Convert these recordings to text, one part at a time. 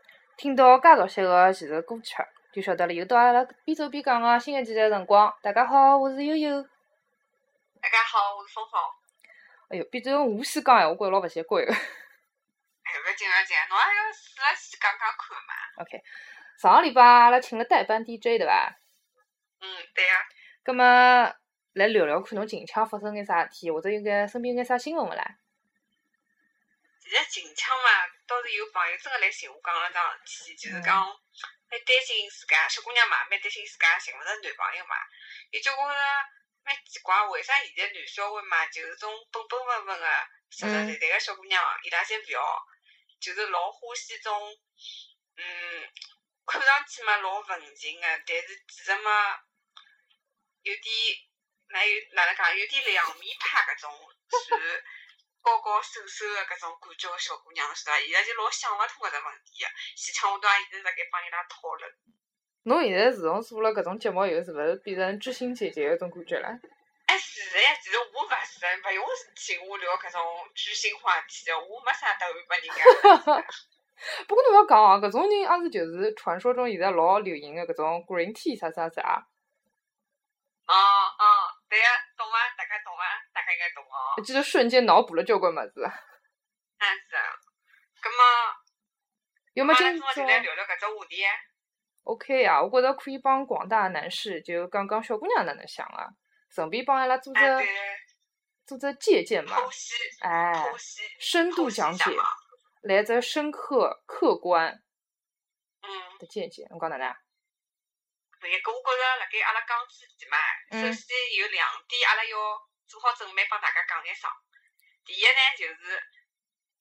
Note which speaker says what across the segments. Speaker 1: 到介早些个前头歌曲，就晓得了又到阿拉边走边讲个新一季的辰光。大家好，我是悠悠。
Speaker 2: 大家好，我是峰峰。
Speaker 1: 哎哟，变成我先讲闲话，觉着老勿习惯 个。
Speaker 2: 哎，勿要紧勿要紧，侬还要试了先讲讲看嘛。
Speaker 1: OK，上个礼拜阿拉请了代班 DJ 对伐？
Speaker 2: 嗯，对呀、
Speaker 1: 葛么来聊聊看侬近腔发生眼啥事体，或者有眼身边有眼啥新闻勿啦？
Speaker 2: 其实近腔嘛，倒是有朋友真个来寻我讲了桩事体，就是讲蛮担心自家小姑娘嘛，蛮担心自家寻勿着男朋友嘛，伊就觉着蛮奇怪，为啥现在男小孩嘛，就是种笨笨笨笨个、实实在在啊个小姑娘，伊拉侪勿要，就是老欢喜种，嗯，看上去嘛老文静个、但是其实嘛，有点，哪有哪能讲，有点两面派搿种，是高高瘦瘦个搿种感觉个小姑娘，是伐？伊拉就老想勿通搿只问题啊个，前腔我到现在辣盖帮伊拉讨论。
Speaker 1: 侬现在自从做了搿种节目以后，是勿是变成知心姐姐搿种感觉了？
Speaker 2: 哎，是的呀，其实我勿是的，勿用请我聊哦搿种知心话题的，我没啥答案拨人家。
Speaker 1: 不过侬要讲哦，搿种人也是就是传说中现在老流行个搿种 green tea 啥啥啥。
Speaker 2: 哦哦，对呀，懂伐？大家懂伐？啊大家应该懂哦。
Speaker 1: 就是瞬间脑补了交关物事。
Speaker 2: 嗯，是的。葛么，
Speaker 1: 要
Speaker 2: 阿
Speaker 1: 么
Speaker 2: 拉
Speaker 1: 今
Speaker 2: 今朝就来
Speaker 1: 朝
Speaker 2: 聊聊搿只话题啊。
Speaker 1: OK 啊，我觉着可以帮广大男士就讲讲小姑娘哪能想啊，顺便帮阿拉做只
Speaker 2: 哎，对，
Speaker 1: 做只借鉴嘛，
Speaker 2: 剖析，
Speaker 1: 哎，
Speaker 2: 剖析，
Speaker 1: 深度
Speaker 2: 剖析
Speaker 1: 讲
Speaker 2: 一下
Speaker 1: 解，
Speaker 2: 嘛
Speaker 1: 来只深刻客观
Speaker 2: 嗯。
Speaker 1: 的见解，侬讲哪能啊？
Speaker 2: 对，搿我觉着辣盖阿拉讲之前嘛，首
Speaker 1: 嗯
Speaker 2: 先有两点阿拉要做好准备帮大家讲一声。第一呢，就是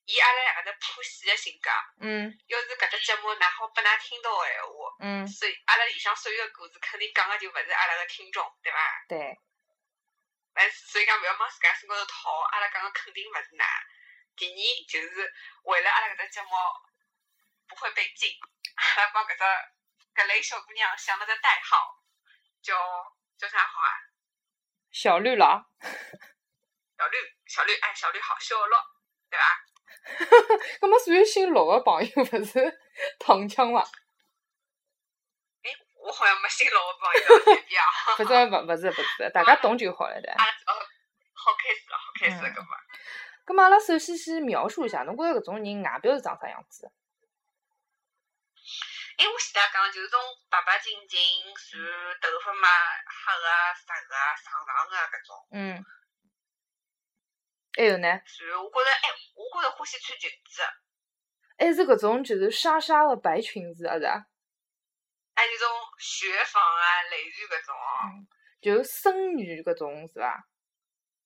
Speaker 2: 以阿拉两个头普喜的性格，
Speaker 1: 嗯
Speaker 2: 要是搿只节目拿好拨㑚听到的闲话，
Speaker 1: 嗯，
Speaker 2: 所以阿拉里向所有的故事肯定讲的就勿是阿拉个听众，对伐？
Speaker 1: 对，
Speaker 2: 但是所以讲勿要往自家身高头套，阿拉讲个肯定勿是㑚。第二就是为了阿拉搿只节目不会被禁，阿拉帮搿只搿类小姑娘想了只代号，叫叫啥好啊？
Speaker 1: 小绿了，
Speaker 2: 小绿，小绿，哎，小绿好，小绿，对伐？
Speaker 1: 那么属于姓陆的朋友勿是唐腔伐？
Speaker 2: 哎，我好像没新老的朋友，随便啊。
Speaker 1: 勿是勿勿是勿是，大家懂就好了的。
Speaker 2: 阿拉只好好开始了，好开始了，
Speaker 1: 嗯
Speaker 2: 搿么？
Speaker 1: 咁么阿拉首先先描述一下，侬觉着搿种人外表是长啥样子？
Speaker 2: 哎，我前头讲就是种白白净净，然后头发嘛黑啊个、直个、长长个啊搿种。
Speaker 1: 嗯，还有呢？
Speaker 2: 然后我觉着，哎，我觉着欢喜穿裙子的，
Speaker 1: 还是搿哎种就是纱纱的白裙子，啊是啊，
Speaker 2: 哎，就种雪纺啊、蕾丝搿种哦。
Speaker 1: 就是僧女搿种是伐？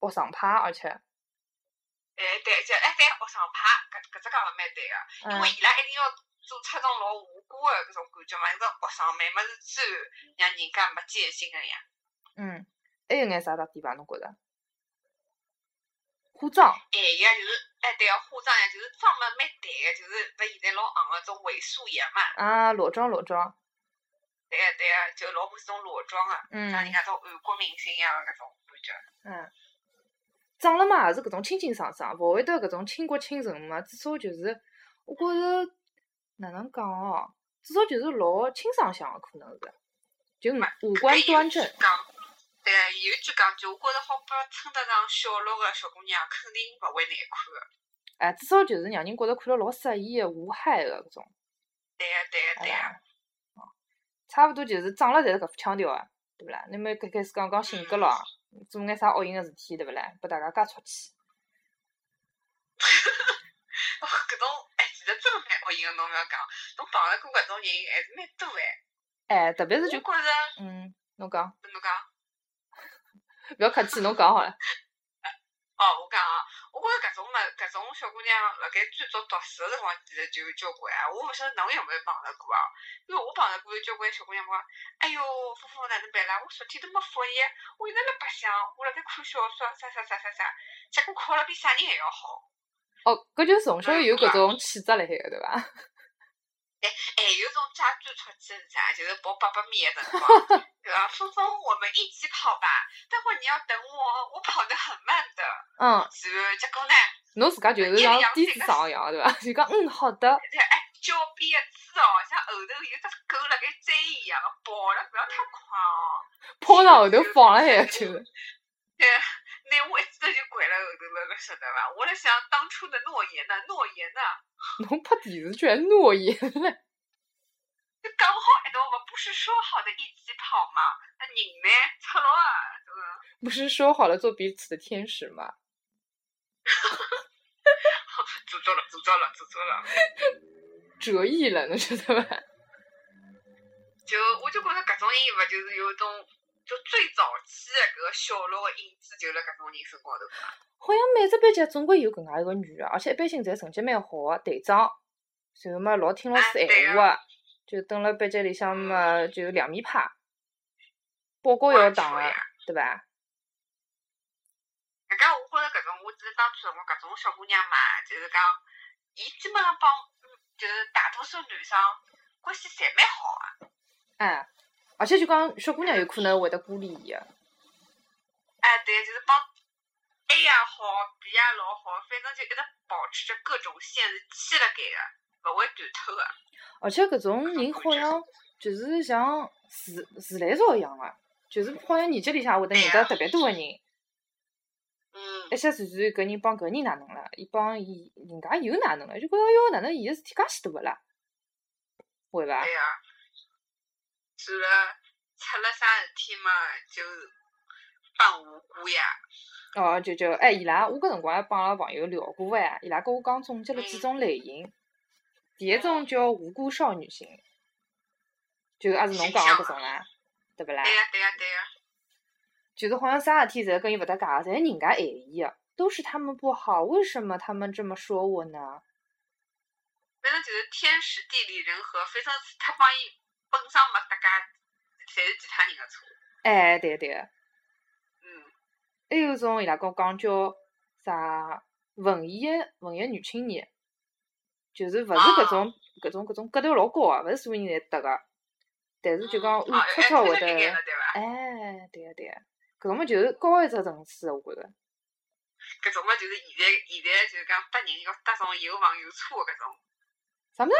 Speaker 1: 学生派，而且，
Speaker 2: 哎，对，就哎对，学生派搿搿只讲了蛮对个，
Speaker 1: 嗯
Speaker 2: 因为伊拉一定要做出种老无辜个搿种感觉嘛，一个学生妹嘛是最让人家没戒心个呀。
Speaker 1: 嗯，还有眼啥特点伐？侬觉着？化妆，
Speaker 2: 哎，伊拉就是哎对个化妆呀，就是妆嘛蛮淡个，就是勿现在老行个种伪素颜嘛，
Speaker 1: 啊，裸妆，裸妆，
Speaker 2: 对个对个，就老欢喜种裸妆个，啊
Speaker 1: 嗯
Speaker 2: 像人家种韩国明星一样个搿种感觉。
Speaker 1: 嗯，长了嘛也是搿种清清爽爽，勿会得搿种倾国倾城嘛，至少就是，我觉着哪能讲哦，至少就是老清爽相的，可能是，就五五官
Speaker 2: 哎有
Speaker 1: 端
Speaker 2: 句
Speaker 1: 正，
Speaker 2: 讲，对个，有一句讲句，我觉着好拨称得上小六个小姑娘，肯定勿会难看个。
Speaker 1: 哎，至少就是让人觉着看了老适意的、无害的搿种。
Speaker 2: 对个对个
Speaker 1: 哎
Speaker 2: 对个。
Speaker 1: 呀，差不多就是长了侪是搿副腔调啊，对勿啦？那么搿开始讲讲性格咯，做眼啥恶行个事体，对勿啦？拨大家介出气。
Speaker 2: 哦，搿种哎，其实真的蛮恶意个，侬勿要讲，侬碰着过搿种人还是蛮多哎。
Speaker 1: 哎，特别
Speaker 2: 我
Speaker 1: 是
Speaker 2: 觉
Speaker 1: 就
Speaker 2: 着
Speaker 1: 嗯，侬讲，
Speaker 2: 怎么讲？
Speaker 1: 勿要客气，侬讲好了。
Speaker 2: 哦，我讲啊，我觉着搿种物，搿种小姑娘辣盖最早读书个辰光，其实就有交关啊。我勿晓得侬有没有碰着过啊？因为我碰着过有交关小姑娘讲，哎哟，峰峰哪能办啦？我昨天都没复习，啊我一直辣白相，我辣盖看小说，啥啥啥啥啥，结果考了比啥人还要好。
Speaker 1: 哦，搿就从小有搿种气质辣海个，对伐？
Speaker 2: 哎，有种家最出气是啥？就是跑八百米的辰光，对吧？峰峰，我们一起跑吧。待会你要等我，我跑得很慢的。
Speaker 1: 嗯，
Speaker 2: 然后结果呢，
Speaker 1: 侬自家就是像低智商一样，对伐？就讲嗯，好的，
Speaker 2: 这哎，教鞭子哦，像后头有只狗辣盖追伊啊，跑了，不要太快哦。
Speaker 1: 抛到后头放了海就是。
Speaker 2: 对，拿我一记就掼了后头了，晓得伐？我辣想当初的诺言呢，诺言呢，
Speaker 1: 侬拍电视剧还诺言 了，
Speaker 2: 就讲好一道嘛，不是说好的一起跑嘛？那人呢？赤佬啊，这个
Speaker 1: 不是说好了做彼此的天使吗？
Speaker 2: 做错了，做错了，做错了。
Speaker 1: 折翼了，侬晓得伐？
Speaker 2: 就我就觉着搿种人勿就是有一种就最早期的搿个小鹿的影子，就辣搿种人身高头嘛。
Speaker 1: 好像每只班级总归有搿能介一个女个，而且一般性侪成绩蛮好个队长，然后嘛老听老师
Speaker 2: 啊对嗯
Speaker 1: 闲
Speaker 2: 啊
Speaker 1: 话个，就蹲辣班级里向嘛就两面派，报告要打
Speaker 2: 我
Speaker 1: 个
Speaker 2: 也觉得呀，
Speaker 1: 对伐？
Speaker 2: 搿个我觉着搿种，我记得当初辰光搿种小姑娘嘛，就是讲，伊基本上帮就是大多数男生关系侪蛮好啊。
Speaker 1: 哎，而且就讲小姑娘有可能会得孤立伊个，
Speaker 2: 哎，对，就是帮 A 也好，B 也老好，反正就一直保持着各种线是牵辣盖个，勿会断脱个。
Speaker 1: 而且搿种人好像就是像自自来熟一样个、就是好像年级里向也会得认
Speaker 2: 哦
Speaker 1: 得特别多个人，
Speaker 2: 嗯
Speaker 1: 一，下传传搿人帮搿人哪能了，伊帮伊人家又哪能了，就觉着哎哟哪能伊个事体介许大个啦，会伐
Speaker 2: 对？呀。除了出了啥事体嘛，就扮无辜呀。
Speaker 1: 哦，就就哎，伊拉我搿辰光还帮阿拉朋友聊过哎，伊拉跟我讲总结了几
Speaker 2: 嗯
Speaker 1: 种类型，第一种叫无辜少女心，就也是侬
Speaker 2: 形
Speaker 1: 讲
Speaker 2: 象
Speaker 1: 个搿
Speaker 2: 嘛
Speaker 1: 种啦，对勿啦
Speaker 2: 对？呀，对呀，对呀。
Speaker 1: 就是好像啥事体侪跟伊勿搭嘎，侪人家害伊个，都是他们不好，为什么他们这么说我呢？
Speaker 2: 反正就是天时地利人和，反正是他帮伊本身没搭嘎，侪是其他人的错。
Speaker 1: 哎，对对，
Speaker 2: 嗯，
Speaker 1: 还哎有一种伊拉跟我讲叫啥文艺的文艺女青年，就是勿是
Speaker 2: 啊
Speaker 1: 搿种搿种搿种格调老高啊，勿是所有人侪搭个，但是就讲
Speaker 2: 啊
Speaker 1: 暗戳戳会
Speaker 2: 哎这个应该
Speaker 1: 得
Speaker 2: 了。对伐？
Speaker 1: 哎，对呀、对呀、搿种么就是高一只层次的，我觉着。
Speaker 2: 搿种嘛就是现在现在就是讲搭人要搭种有房有车的搿种。
Speaker 1: 啥么
Speaker 2: 子？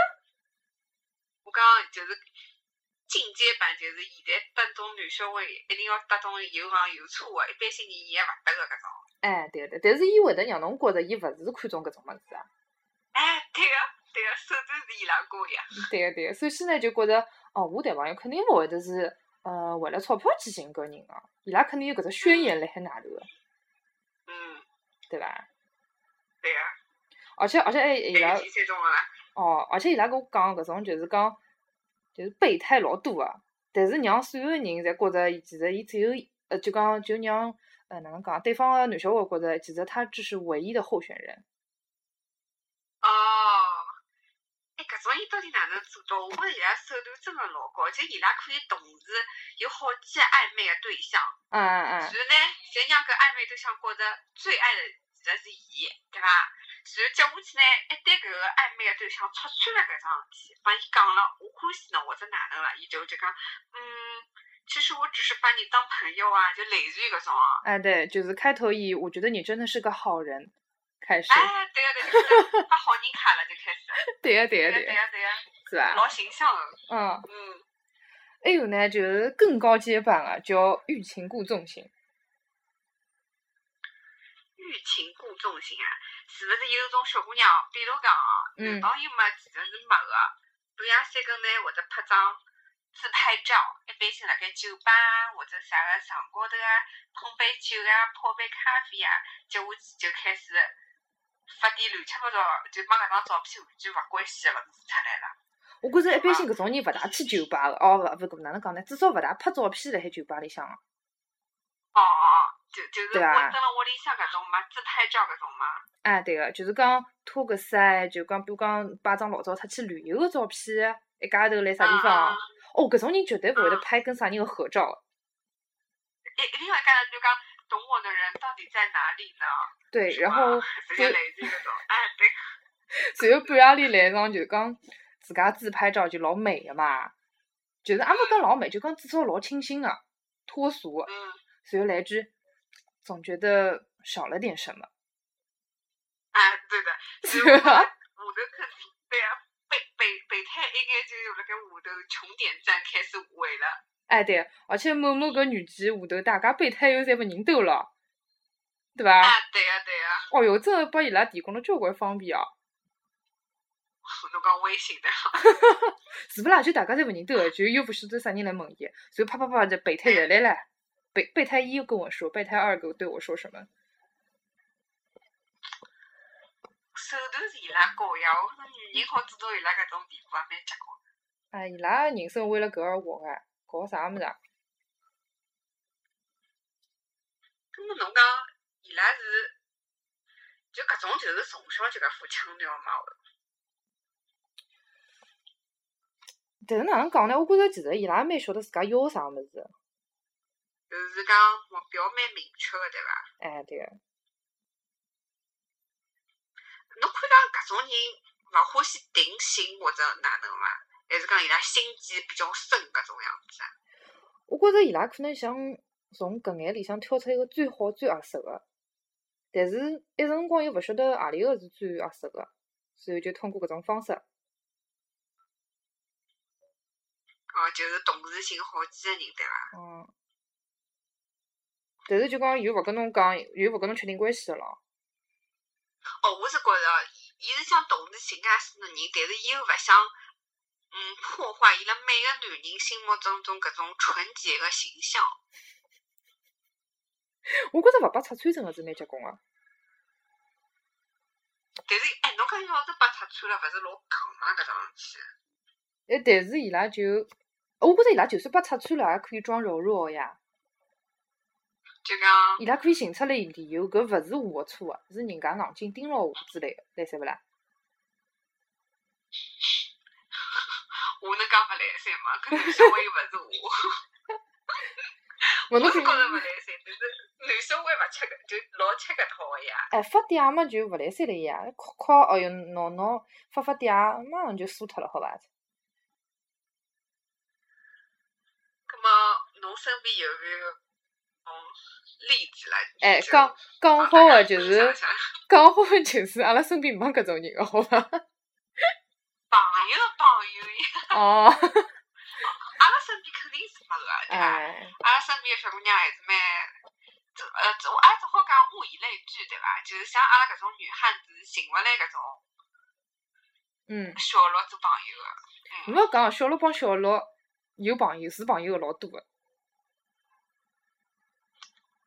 Speaker 2: 我讲就是进阶版，就是现在搭种男小孩一定要搭种有房有车的，一般性人伊也勿搭个搿种。
Speaker 1: 哎，对的，但是伊会得让侬觉着伊勿是看中搿种物事啊。
Speaker 2: 哎，对个、对个、手段是伊拉过呀。
Speaker 1: 对啊个对个，首先呢就觉着，哦，我谈朋友肯定勿会得是，呃，为了钞票去寻搿人啊，伊拉肯定有搿只宣言辣海外头个，
Speaker 2: 嗯，
Speaker 1: 对伐？
Speaker 2: 对个、
Speaker 1: 而且而且还伊拉
Speaker 2: 对，第三种个啦。
Speaker 1: 哦，而且伊拉跟我讲搿种就是讲，就是备胎老多个，但是让所有个人侪觉着伊其实伊只有一呃就讲就让呃哪能讲，对方个男小伙觉着其实他只是唯一的候选人。
Speaker 2: 哦，哎，搿种伊到底哪能做到？我觉着伊拉手段真的老高，就伊拉可以同时有好几个暧昧的对象，
Speaker 1: 嗯嗯嗯
Speaker 2: 然后，呢，侪让搿暧昧对象觉着最爱的其实是伊，对伐？然后接下去呢，一旦搿个暧昧的对象戳穿了搿桩事体，帮伊讲了我欢喜侬或者哪能了，伊就就讲，嗯，其实我只是把你当朋友啊，就类似于搿种啊。
Speaker 1: 哎对，就是开头以我觉得你真的是个好人开始。
Speaker 2: 哎，对个、对个、就是发好人卡了就开始，
Speaker 1: 对个对个
Speaker 2: 对个、
Speaker 1: 对啊
Speaker 2: 对
Speaker 1: 个，
Speaker 2: 个、对 个、啊
Speaker 1: 是吧？
Speaker 2: 老形象的，
Speaker 1: 嗯。
Speaker 2: 嗯。
Speaker 1: 还有呢，就是更高阶版啊，叫欲擒故纵型。
Speaker 2: 欲擒故纵型啊，是勿是有一种小姑娘，比如讲啊，
Speaker 1: 嗯
Speaker 2: 男朋友嘛其实是没个，半夜三更呢会得拍张自拍照，一般性辣盖酒吧啊或者啥个床高头啊，碰杯酒啊，泡杯咖啡啊，接下去就开始发点乱七八糟，就帮搿张照片完全勿关系个物事出来了。
Speaker 1: 我觉着一般性搿种人勿大去酒吧个，哦勿勿搿哪能讲呢？至少勿大拍照片辣海酒吧里向个。
Speaker 2: 哦哦哦，就就是
Speaker 1: 对
Speaker 2: 我
Speaker 1: 啊
Speaker 2: 蹲辣屋里向搿种嘛，自拍照搿种嘛。
Speaker 1: 哎，对个，就是讲拖个腮，就讲比如讲摆张老早出去旅游个照片，一家头来啥地
Speaker 2: 嗯
Speaker 1: 方
Speaker 2: 嗯？
Speaker 1: 哦，搿种人绝对勿会得
Speaker 2: 嗯
Speaker 1: 拍跟啥人个合照的。
Speaker 2: 一一定会讲，就讲懂我的人到底在哪里呢？
Speaker 1: 对，
Speaker 2: 是
Speaker 1: 然
Speaker 2: 吧
Speaker 1: 后
Speaker 2: 直接累积那种，哎，对，
Speaker 1: 随后半夜里来一张就讲自家自拍照就老美个嘛，就是也没讲老美，就讲至少老清新个、脱俗个。
Speaker 2: 嗯，
Speaker 1: 随后来一句，总觉得少了点什么。
Speaker 2: 哎，对的，
Speaker 1: 是
Speaker 2: 是我
Speaker 1: 吧
Speaker 2: 我的肯定，对啊，被被被每天应该就是辣盖下头穷点赞开始回了。
Speaker 1: 哎对，而且某某搿女记下头，大家备胎又侪勿认得了，对伐？
Speaker 2: 啊，对个、对个、
Speaker 1: 哦哟，真个拨伊拉提供了交关方便哦，
Speaker 2: 侬讲微信的，
Speaker 1: 是勿啦？就大家侪勿认得个，就又勿晓得啥人来问伊，所以啪啪啪就备胎侪来了，备备胎一又跟我说，备胎二跟对我说什么？
Speaker 2: 手段是伊拉高呀，我说女人好制造伊拉搿种地步也蛮结棍。
Speaker 1: 哎，伊拉人生为了搿而活哎，搞啥物事啊？
Speaker 2: 那么侬讲伊拉是，就搿种就是从小就搿副腔调嘛，
Speaker 1: 但是哪能讲呢？我觉着其实伊拉也蛮晓得自家要啥物事的。
Speaker 2: 就是讲目标蛮明确个，对伐？
Speaker 1: 哎，对个，
Speaker 2: 侬看上搿种人勿欢喜定性或者哪能伐？还是讲伊拉心机比较深搿种样子啊？
Speaker 1: 我觉着伊拉可能想从搿眼里向挑出一个最好、最合适个，但是一辰光又勿晓得何里个是最合适个，所以就通过搿种方式。
Speaker 2: 哦，就是同时性好奇个人，对伐？
Speaker 1: 嗯，但是就讲又勿跟侬讲，又勿跟侬确定关系的了。
Speaker 2: 哦，我是觉着伊伊是想同时性介许多人，但是伊又勿想嗯破坏伊拉每个男人心目当中搿种纯洁个形象。
Speaker 1: 我觉着勿被拆穿真个是蛮结棍个。
Speaker 2: 但是哎，侬讲要是被拆穿了，勿是老戆嘛搿桩事体。
Speaker 1: 哎，但是伊拉就，呃我觉着伊拉就算被拆穿了，也可以装柔弱个呀。
Speaker 2: 就讲
Speaker 1: 伊拉可以寻出来理由，搿勿是我的错个，是人家硬劲盯牢我之类个，来塞勿啦？
Speaker 2: 我能讲勿来三嘛？搿男小孩又勿是我，
Speaker 1: 勿
Speaker 2: 我
Speaker 1: 侬
Speaker 2: 是
Speaker 1: 可以
Speaker 2: 觉着勿来三，但是男小孩勿吃搿，就老吃搿套个呀。
Speaker 1: 哎发嗲嘛就勿来塞了呀，哭哭哎哟闹闹发发嗲，马上就输脱了，好伐？
Speaker 2: 葛么侬身边有没有嗯例子来？
Speaker 1: 哎，
Speaker 2: 就
Speaker 1: 讲讲
Speaker 2: 帮
Speaker 1: 好
Speaker 2: 大
Speaker 1: 个
Speaker 2: 家
Speaker 1: 就
Speaker 2: 分
Speaker 1: 是
Speaker 2: 享一下
Speaker 1: 讲好个就是阿拉身边没搿种人个，好伐？
Speaker 2: 朋友的朋友呀，
Speaker 1: 哦，
Speaker 2: 阿拉身边肯定是没个，对伐？
Speaker 1: 哎，
Speaker 2: 阿拉身边的小姑娘还是蛮，这呃，这我阿拉只好讲物以类聚，对伐？就是像阿拉搿种女汉子，寻勿来搿种
Speaker 1: 嗯，
Speaker 2: 小鹿做朋友个。
Speaker 1: 侬
Speaker 2: 嗯
Speaker 1: 要讲小鹿帮小鹿有朋友是朋友个老多个，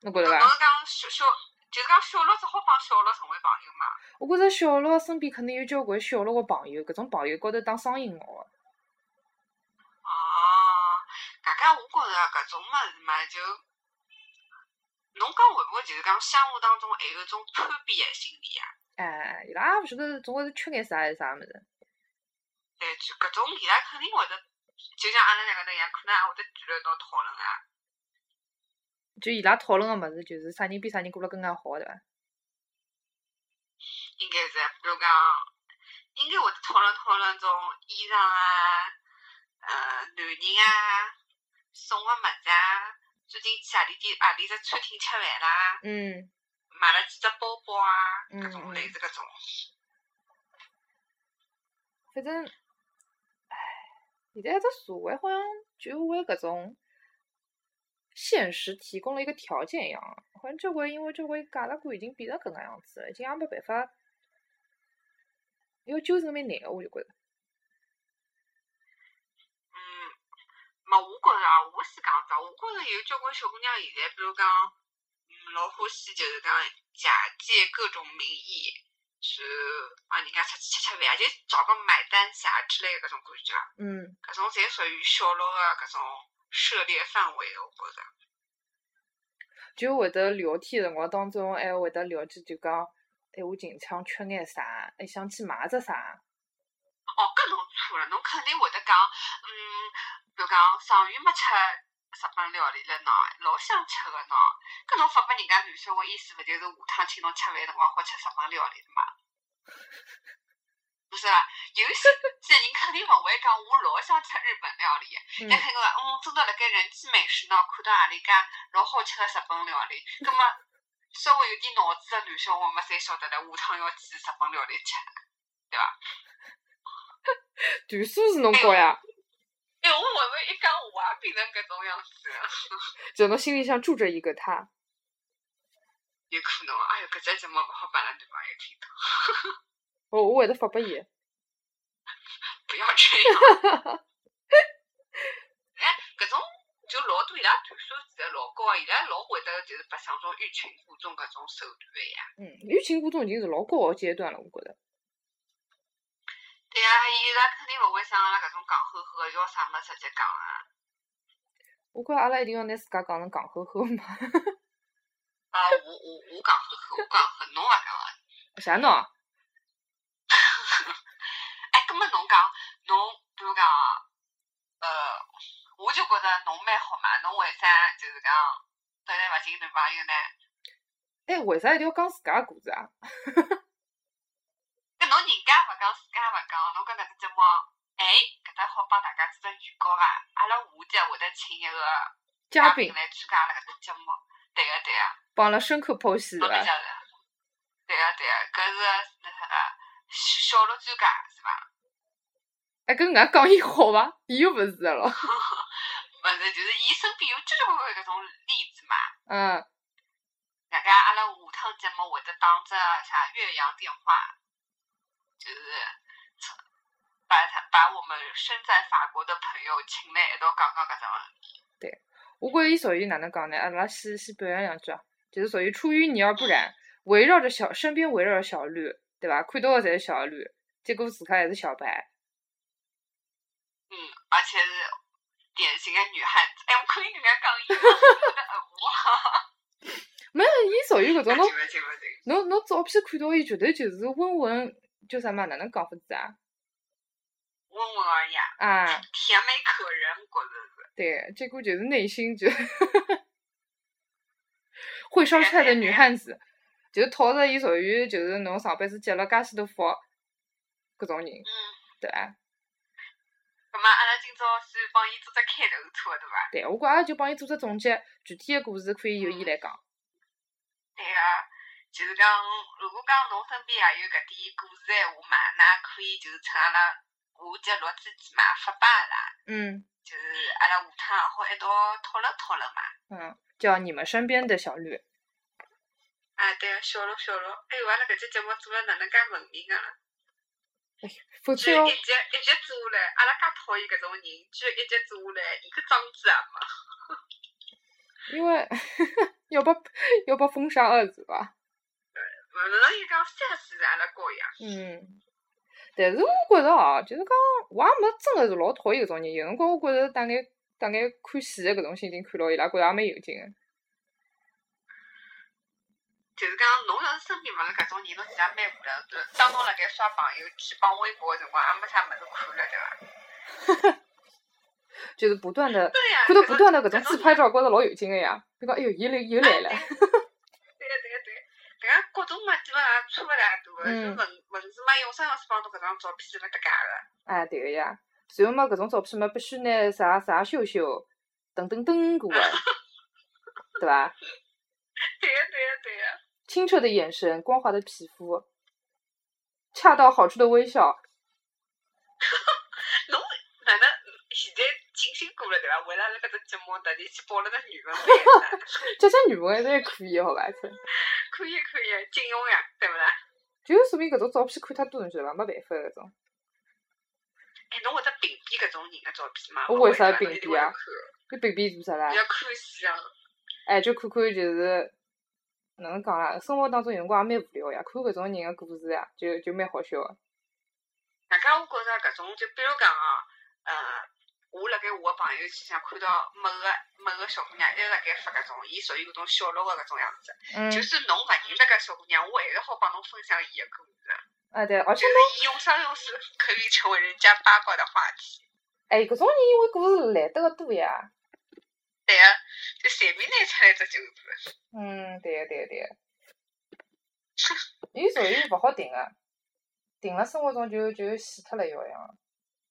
Speaker 1: 侬觉着
Speaker 2: 侬
Speaker 1: 伐？
Speaker 2: 是讲小小，就是讲小鹿只好帮小鹿成为朋友嘛？
Speaker 1: 我觉着小鹿身边肯定有交关小鹿个朋友，搿种朋友高头打双引号个。
Speaker 2: 哦，搿介我觉着搿种物事嘛，就侬讲会勿会就是讲相互当中还有一种攀比的心理啊？
Speaker 1: 哎，伊拉也勿晓得总归是缺眼啥还是啥物事。
Speaker 2: 对，就搿种伊拉肯定会得，就像阿拉两个头一样，可能也会得聚辣一道讨论啊。
Speaker 1: 就伊拉讨论个物事，就是啥人比啥人过了更加好，对伐？
Speaker 2: 应该是，比如讲，应该会得讨论讨论种衣裳啊，呃，男人啊，送个物事啊，最近去何里店何里只餐厅吃饭啦，
Speaker 1: 嗯，
Speaker 2: 买了几只包包啊，搿种
Speaker 1: 嗯
Speaker 2: 类似搿种。
Speaker 1: 反正，唉，现在这社会好像就为搿种现实提供了一个条件一样啊，好像交关因为交关价值观已经变成搿能样子了，已经也没办法，要纠正蛮难个，我就觉着。
Speaker 2: 嗯，嘛，我觉着啊，我先讲啥，我觉着有交关小姑娘现在，比如讲，嗯，老欢喜就是讲假借各种名义，是帮人家出去吃吃饭啊，就找个买单侠之类的搿种感觉。
Speaker 1: 嗯，
Speaker 2: 搿种侪属于小鹿个搿种涉猎范围的，我觉着。
Speaker 1: 就会得聊天的辰光当中，还会得聊起就讲，哎，我近腔缺眼啥，哎，想去买只啥，
Speaker 2: 哦，搿侬错了，侬肯定会得讲，嗯，比如讲上月没吃日本料理了喏，老想吃个喏，搿侬发拨人家男小孩意思，勿就是下趟请侬吃饭的辰光好吃日本料理的嘛？不是啦，有些些人肯定勿会讲，我老想吃日本料理，
Speaker 1: 嗯
Speaker 2: 也，肯定讲，嗯，真的辣盖人气美食喏，看到何里家老好吃个日本料理，葛么稍微有点脑子个男小孩嘛，侪晓得了，下趟要去日本料理吃。
Speaker 1: 段数是侬高呀，
Speaker 2: 哎，我会不会一讲我也变成搿种样子啊？
Speaker 1: 就侬心里想住着一个他。
Speaker 2: 有可能啊，哎哟，搿只节目勿好把咱男朋友听到，
Speaker 1: 我我会得发拨伊。
Speaker 2: 不要这样。 哎，搿种就老多伊拉段数其实老高啊，伊拉老会得就是白相种欲擒故纵搿种手段个呀。
Speaker 1: 嗯，欲擒故纵已经是老高个阶段了，我觉得。
Speaker 2: 对啊，伊拉肯定勿会像阿拉搿种戆呵呵个，要啥么直接讲啊。
Speaker 1: 我觉着阿拉一定要拿自家讲成戆呵呵嘛。
Speaker 2: 啊，我我我戆呵呵，我戆呵，侬勿讲啊。
Speaker 1: 啥喏？
Speaker 2: 哎，葛末侬讲，侬比如讲啊，呃，我就觉着侬蛮好嘛，侬为啥就是讲得来勿寻男朋友呢？
Speaker 1: 哎，为啥一定要讲自家个故事啊？
Speaker 2: 搿侬人家勿讲，自家勿讲，侬讲搿只节目，哎，搿搭好帮大家做只预告啊！阿拉下集会得请一个
Speaker 1: 嘉宾
Speaker 2: 来参加阿拉搿只节目。对个、对个、啊
Speaker 1: 帮阿拉深刻剖析是
Speaker 2: 侬理
Speaker 1: 伐
Speaker 2: 解？的。对个、对个、啊搿是那啥个小小鹿专家是伐？
Speaker 1: 哎，跟人家讲伊好伐？伊又勿是的咯。
Speaker 2: 勿是，就是伊身边有交交关关搿种例子嘛。
Speaker 1: 嗯，
Speaker 2: 大家阿拉下趟节目会得当只啥岳阳电话，就是从把他把我们身在法国的朋友请来一道讲讲搿只问题。
Speaker 1: 我觉着伊属于哪能讲呢？阿拉先先表扬两句啊，就是属于出淤泥而不染，围绕着小身边围绕着小绿，对伐？看到的侪是小绿，结果自家还是小白。
Speaker 2: 嗯，而且是典型的女汉子。哎，我可以跟人家讲伊吗？我的偶像。
Speaker 1: 没有，伊属于搿种侬
Speaker 2: 不行不行，
Speaker 1: 侬侬照片看到伊，绝对就是温文，叫啥嘛？哪能讲法子啊？
Speaker 2: 温文尔雅，
Speaker 1: 啊，
Speaker 2: 甜美可人，我觉着是。
Speaker 1: 对，结果就是内心就会烧菜的女汉子，就是讨着伊属于就是侬上辈子积了介许多福，搿种人，
Speaker 2: 嗯，
Speaker 1: 对伐？
Speaker 2: 那么阿拉今朝先帮伊做只开头错，对伐？
Speaker 1: 对，我觉阿拉就帮伊做只总结，具体的故事可以由伊来讲。
Speaker 2: 对个、啊就是讲，如果讲侬身边也有搿点故事闲话嘛，那可以就是趁阿拉下集录之前嘛发拨阿拉，
Speaker 1: 嗯
Speaker 2: 就是阿拉下趟也好一道讨论讨论嘛。
Speaker 1: 嗯，叫你们身边的小绿，
Speaker 2: 啊，对个、小罗小罗，哎哟，阿拉搿节节目做了哪能介文明个了？
Speaker 1: 否
Speaker 2: 居
Speaker 1: 则
Speaker 2: 然
Speaker 1: 哦
Speaker 2: 一，集一集做下来，阿拉介讨厌搿种人，居然一集做下来一个章子也没。
Speaker 1: 因为 要把 要把封杀二字吧。
Speaker 2: 勿是伊讲三次是阿拉高呀，
Speaker 1: 嗯，但是我觉着哦，就是讲我也没真的是老讨厌搿种人，有辰光我觉着大眼大眼看戏的搿种心情看牢伊拉，觉着也蛮有劲的。
Speaker 2: 就是讲侬要是身边勿是搿种人，侬其实也蛮无聊的。当侬辣盖刷朋友圈、帮微博个辰光，也没啥物事看了，对伐？
Speaker 1: 就是不断的
Speaker 2: 对呀、
Speaker 1: 看到不断的搿
Speaker 2: 搿
Speaker 1: 种
Speaker 2: 种
Speaker 1: 自拍照，觉着老有劲的呀。就讲哎哟，又来又来了，
Speaker 2: 对个对个对个，迭个各种嘛基本上也差勿大多，就
Speaker 1: 嗯
Speaker 2: 文文字嘛用啥用是帮侬搿张照片是勿搭界个。
Speaker 1: 哎对个呀。然后嘛，搿种照片嘛，必须拿啥啥修修，等等等过的，对伐？
Speaker 2: 对个对个对个，
Speaker 1: 清澈的眼神，光滑的皮肤，恰到好处的微笑，
Speaker 2: 哪能现在进行过了对伐？为了阿拉搿只节目特地去报了个语文班，
Speaker 1: 这些女文侪可以，好伐？
Speaker 2: 可以可以，金庸呀，对勿啦？
Speaker 1: 就是说明搿种照片看太多，侬晓得伐？没办法搿种。
Speaker 2: 哎，侬会得屏蔽搿种人个照片吗？
Speaker 1: 我
Speaker 2: 勿
Speaker 1: 为啥
Speaker 2: 会
Speaker 1: 屏
Speaker 2: 一定
Speaker 1: 蔽
Speaker 2: 会
Speaker 1: 啊
Speaker 2: 看
Speaker 1: 你屏蔽做啥啦
Speaker 2: 你？要看死啊！
Speaker 1: 哎，就看看就是哪能讲啦？生活当中有辰光也蛮无聊呀，看搿种人的故事呀，就就蛮好笑的。
Speaker 2: 大家我觉着搿种就比如讲啊，呃，我辣盖我个朋友圈上看到某个某个小姑娘一直辣盖发搿种，伊属于搿种小鹿个搿种样子。
Speaker 1: 嗯，
Speaker 2: 就算侬勿认得搿小姑娘，我还是好帮侬分享伊个故事。
Speaker 1: 啊对，而且
Speaker 2: 就是伊用啥用是可以成为人家八卦的话题。
Speaker 1: 哎，搿种人因为故事来得个多呀。
Speaker 2: 对啊，就随便拿出来只就是。
Speaker 1: 嗯，对个对个对个。伊属于勿好停个，停了生活中就就死脱了一样，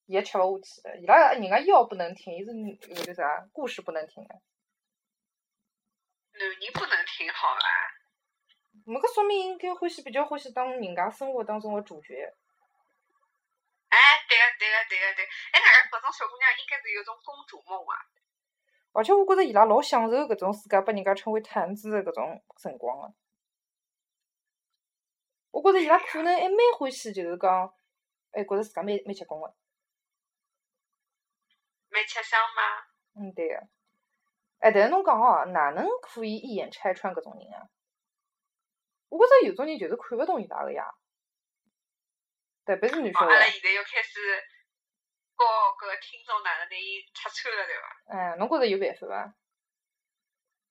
Speaker 1: 伊也吃勿下去了。伊拉人家腰不能停，伊是有个啥故事不能停个。
Speaker 2: 男人不能听好啊伐？
Speaker 1: 没搿说明应该欢喜比较欢喜当人家生活当中的主角。
Speaker 2: 哎，对啊对对个对个对，哎，哪能搿种小姑娘应该是有种公主梦啊嘛？
Speaker 1: 而且我觉着伊拉老享受搿种自家被人家称为探子的搿种辰光个、我觉着伊拉可能还蛮欢喜，就是讲，哎，觉着自家蛮蛮结棍个。
Speaker 2: 蛮吃香吗？
Speaker 1: 嗯，对个、哎，但是侬讲哦，哪能可以一眼拆穿搿种人啊？我觉着有种人就是看勿懂伊拉个呀，特别是女小
Speaker 2: 哦，
Speaker 1: 孩
Speaker 2: 阿。拉现在要开始教搿个听众哪能拿伊拆穿了，对伐？
Speaker 1: 哎，侬觉着有办法伐？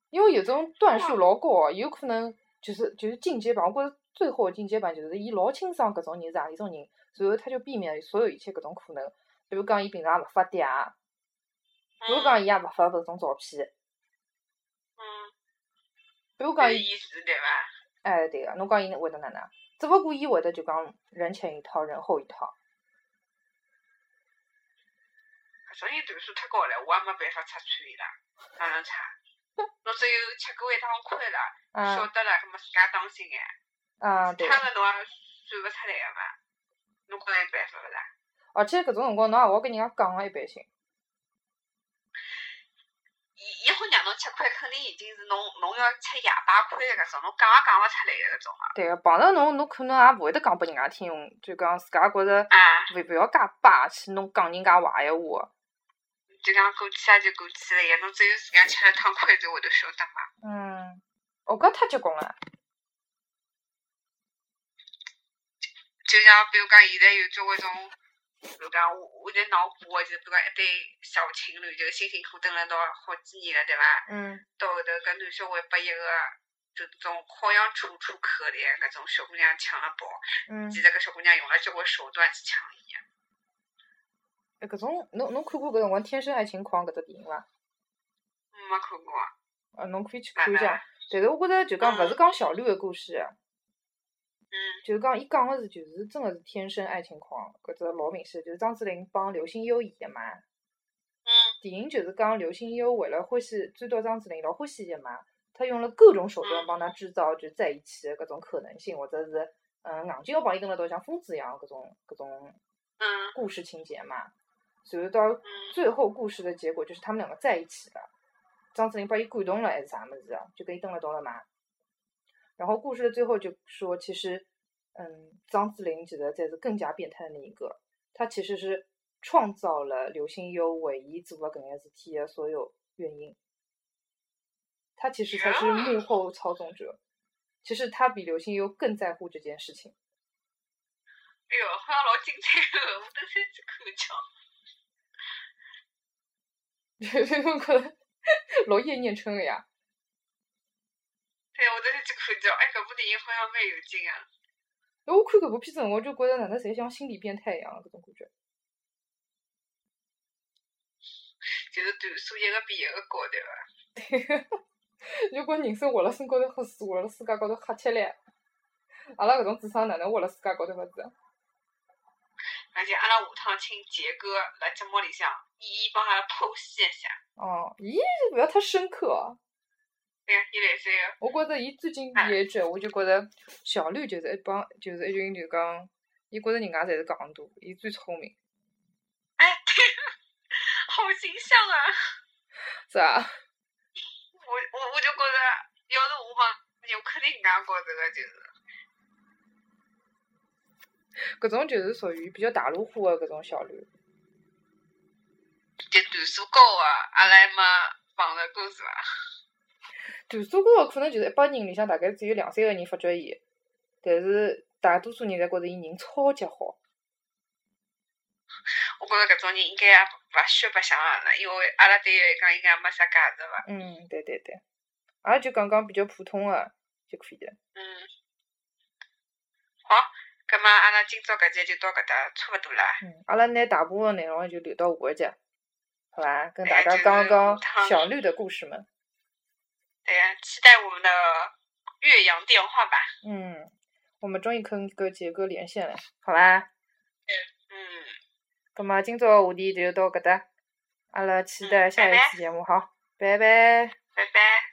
Speaker 1: 因为有种段数老高哦，有可能就是就是进阶版，我觉着最好的进阶版就是伊老清爽搿种人是何里种人，然后他就避免所有一切搿种可能，比如讲伊平常也勿发嗲，比如
Speaker 2: 嗯
Speaker 1: 讲伊也勿发搿种照片，
Speaker 2: 嗯，
Speaker 1: 比如
Speaker 2: 就
Speaker 1: 讲
Speaker 2: 是
Speaker 1: 伊
Speaker 2: 伊是对伐？
Speaker 1: 哎对个，侬讲伊能会得哪能？啊只不过伊会得就讲人前一套，人后一套。
Speaker 2: 搿种人段数太高了，我也没办法拆穿伊拉，哪能拆？侬只有吃过一趟亏了，晓
Speaker 1: 啊
Speaker 2: 得了，葛末自家当心眼。
Speaker 1: 啊对
Speaker 2: 其
Speaker 1: 个，
Speaker 2: 他个侬也算勿出来个嘛，侬觉着有办法勿啦？
Speaker 1: 而且搿种辰光侬也勿好跟人家讲个一般性。
Speaker 2: 伊伊会让侬吃亏，肯定已经是侬侬要吃哑巴亏的搿种，侬讲也讲勿出来的搿种啊。
Speaker 1: 对个，碰着侬侬可能也勿会得讲拨人家听，就讲自家觉着。
Speaker 2: 啊，
Speaker 1: 勿勿要介霸气，侬讲人家坏闲话。
Speaker 2: 就讲过去啊，就过去了呀。侬只有自家吃了趟亏才会得晓得嘛。
Speaker 1: 嗯，哦，搿太结棍了。
Speaker 2: 就像比如讲，现在有交关种，比如讲我我在脑补的，就比如讲一对小情侣，就辛辛苦苦蹲了到好几年了，对伐？
Speaker 1: 嗯，
Speaker 2: 到后头搿男小孩拨一个就种好像楚楚可怜搿种小姑娘抢了跑，
Speaker 1: 嗯
Speaker 2: 其，实搿小姑娘用了交关手段去抢伊。
Speaker 1: 哎搿种侬侬看过搿辰光《天生爱情狂》搿只电影伐？
Speaker 2: 嗯没看过。
Speaker 1: 呃，侬可以去
Speaker 2: 哪
Speaker 1: 看一
Speaker 2: 能
Speaker 1: 下。但是我觉着就讲勿是
Speaker 2: 嗯
Speaker 1: 讲小绿个故事，
Speaker 2: 嗯
Speaker 1: 就是讲伊讲个是就是真个是天生爱情狂搿只老明显，就是张智霖帮刘心悠演个嘛。
Speaker 2: 嗯
Speaker 1: 电影就是讲刘心悠为了欢喜追到张智霖，老欢喜伊嘛，他用了各种手段帮他制造就在一起的各种可能性，或者是嗯硬劲要帮伊跟了到像疯子一样的各种各种
Speaker 2: 嗯
Speaker 1: 故事情节嘛。随后到
Speaker 2: 嗯
Speaker 1: 最后故事的结果就是他们两个在一起了，张智霖把伊感动了还是啥么子啊，就跟伊登了到了嘛。然后故事的最后就说，其实嗯张智霖其实才是更加变态的那一个，他其实是创造了刘心悠为伊做了搿眼事体的所有原因。他其实才是幕后操纵者，其实他比刘心悠更在乎这件事情。
Speaker 2: 哎哟，好像老精彩哦！我都三去看叫。
Speaker 1: 就是我觉得 老叶念春了呀。
Speaker 2: 对，我都三去看叫。哎，搿部电影好像蛮有劲啊。
Speaker 1: 哎我看搿部片子辰光，就觉着哪能侪像心理变态一样搿种感觉。
Speaker 2: 就是段数一个比一个啊高，对伐？
Speaker 1: 如果人生活辣身高头喝水，活辣世界高头瞎吃力，阿拉搿种智商哪能活辣世界高头勿是？
Speaker 2: 而且阿拉下趟请杰哥辣节目里向一一帮阿拉剖析一下。
Speaker 1: 哦，伊勿要太深刻哦。
Speaker 2: 对哎呀，伊来三个。
Speaker 1: 我觉着伊最近演一句，我就觉着小绿就是一帮，就是一群就讲，伊觉着人家侪是戆大，伊最聪明，
Speaker 2: 哎， 对，好形象啊！
Speaker 1: 是吧？
Speaker 2: 我我我就觉着，要是我嘛，我肯定搿能觉这个就是。
Speaker 1: 搿种就是属于比较大陆化的搿种小绿。
Speaker 2: 就段数高个，啊阿拉嘛碰着过是伐？
Speaker 1: 段数高的可能就是一帮人里向大概只有两三个人发觉伊，但是大多数人侪觉着伊人超级好。
Speaker 2: 我觉着搿种人应该也勿需白相阿拉，因为阿拉对伊来讲应该没啥价值伐？
Speaker 1: 嗯，对对对，阿拉就讲讲比较普通的就可以了。
Speaker 2: 嗯，好，葛末阿拉今朝搿节就到搿搭，差勿多啦。
Speaker 1: 嗯，阿拉拿大部分内容就留到下一集，好吧？跟大
Speaker 2: 哎
Speaker 1: 家
Speaker 2: 对
Speaker 1: 讲
Speaker 2: 对
Speaker 1: 讲
Speaker 2: 汤
Speaker 1: 小绿的故事们。
Speaker 2: 对呀，期待我们的岳阳电话吧。
Speaker 1: 嗯，我们终于跟跟杰哥连线了，好吧？
Speaker 2: 嗯，
Speaker 1: 那么今朝话题就到搿搭，阿拉期待
Speaker 2: 嗯
Speaker 1: 下
Speaker 2: 拜
Speaker 1: 一
Speaker 2: 拜
Speaker 1: 期节目，好，拜拜。
Speaker 2: 拜拜。